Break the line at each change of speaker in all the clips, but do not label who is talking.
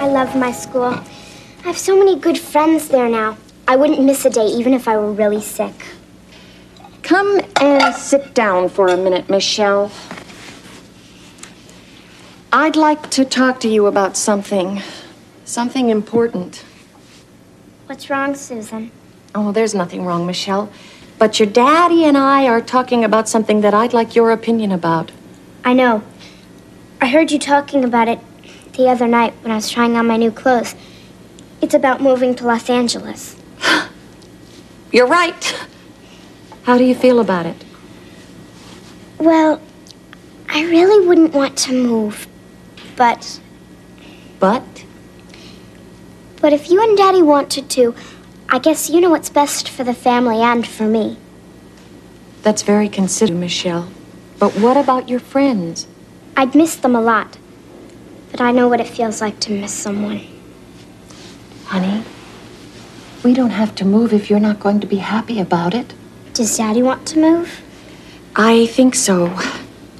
I love my school. I have so many good friends there now. I wouldn't miss a day even if I were really sick.
Come and sit down for a minute, Michelle. I'd like to talk to you about something. Something important.
What's wrong, Susan?
Oh, there's nothing wrong, Michelle. But your daddy and I are talking about something that I'd like your opinion about.
I know. I heard you talking about it the other night when I was trying on my new clothes. It's about moving to Los Angeles.
You're right. How do you feel about it?
Well, I really wouldn't want to move. But
But
but if you and Daddy wanted to, I guess you know what's best for the family and for me.
that's very considerate, Michelle. But what about your friends?
I'd miss them a lot. But I know what it feels like to miss someone.
Honey, we don't have to move if you're not going to be happy about it.
Does Daddy want to move?
I think so.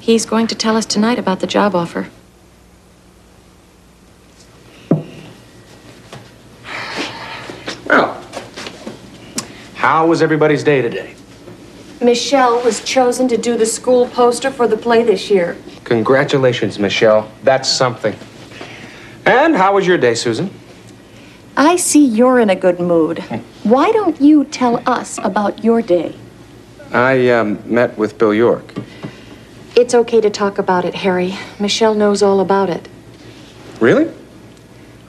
He's going to tell us tonight about the job offer.
Well, how was everybody's day today?
Michelle was chosen to do the school poster for the play this year.
Congratulations, Michelle. That's something. And how was your day, Susan?
I see you're in a good mood. Why don't you tell us about your day?
I um, met with Bill York.
It's okay to talk about it, Harry. Michelle knows all about it.
Really?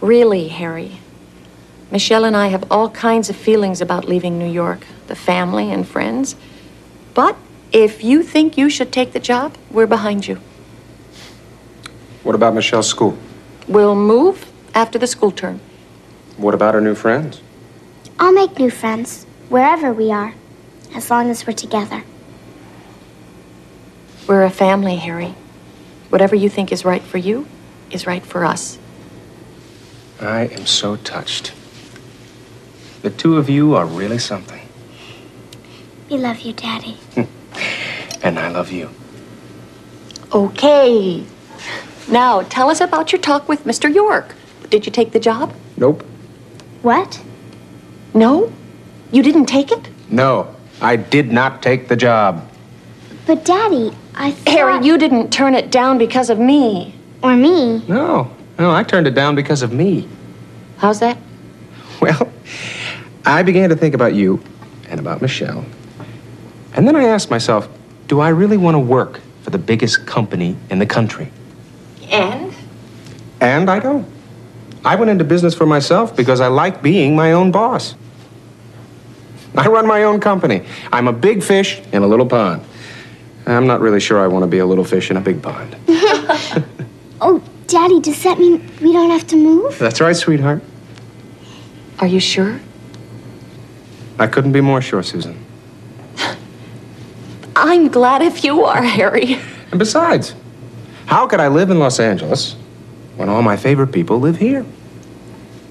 Really, Harry. Michelle and I have all kinds of feelings about leaving New York, the family and friends. But if you think you should take the job, we're behind you.
What about Michelle's school?
We'll move after the school term.
What about her new friends?
I'll make new friends, wherever we are, as long as we're together.
We're a family, Harry. Whatever you think is right for you is right for us.
I am so touched. The two of you are really something.
We love you, Daddy.
And I love you.
Okay. Now, tell us about your talk with Mr. York. Did you take the job?
Nope.
What?
No? You didn't take it?
No, I did not take the job.
But Daddy, I thought...
Harry, you didn't turn it down because of me.
Or me.
No, no, I turned it down because of me.
How's that?
Well, I began to think about you and about Michelle. And then I asked myself, do I really want to work for the biggest company in the country?
And?
And I don't. I went into business for myself because I like being my own boss. I run my own company. I'm a big fish in a little pond. I'm not really sure I want to be a little fish in a big pond.
Oh, Daddy, does that mean we don't have to move?
That's right, sweetheart.
Are you sure?
I couldn't be more sure, Susan.
I'm glad if you are, Harry.
And besides, how could I live in Los Angeles when all my favorite people live here?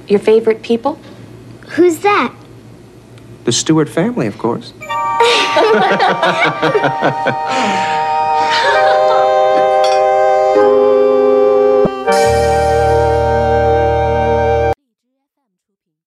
Your favorite people?
Who's that?
The Stewart family, of course.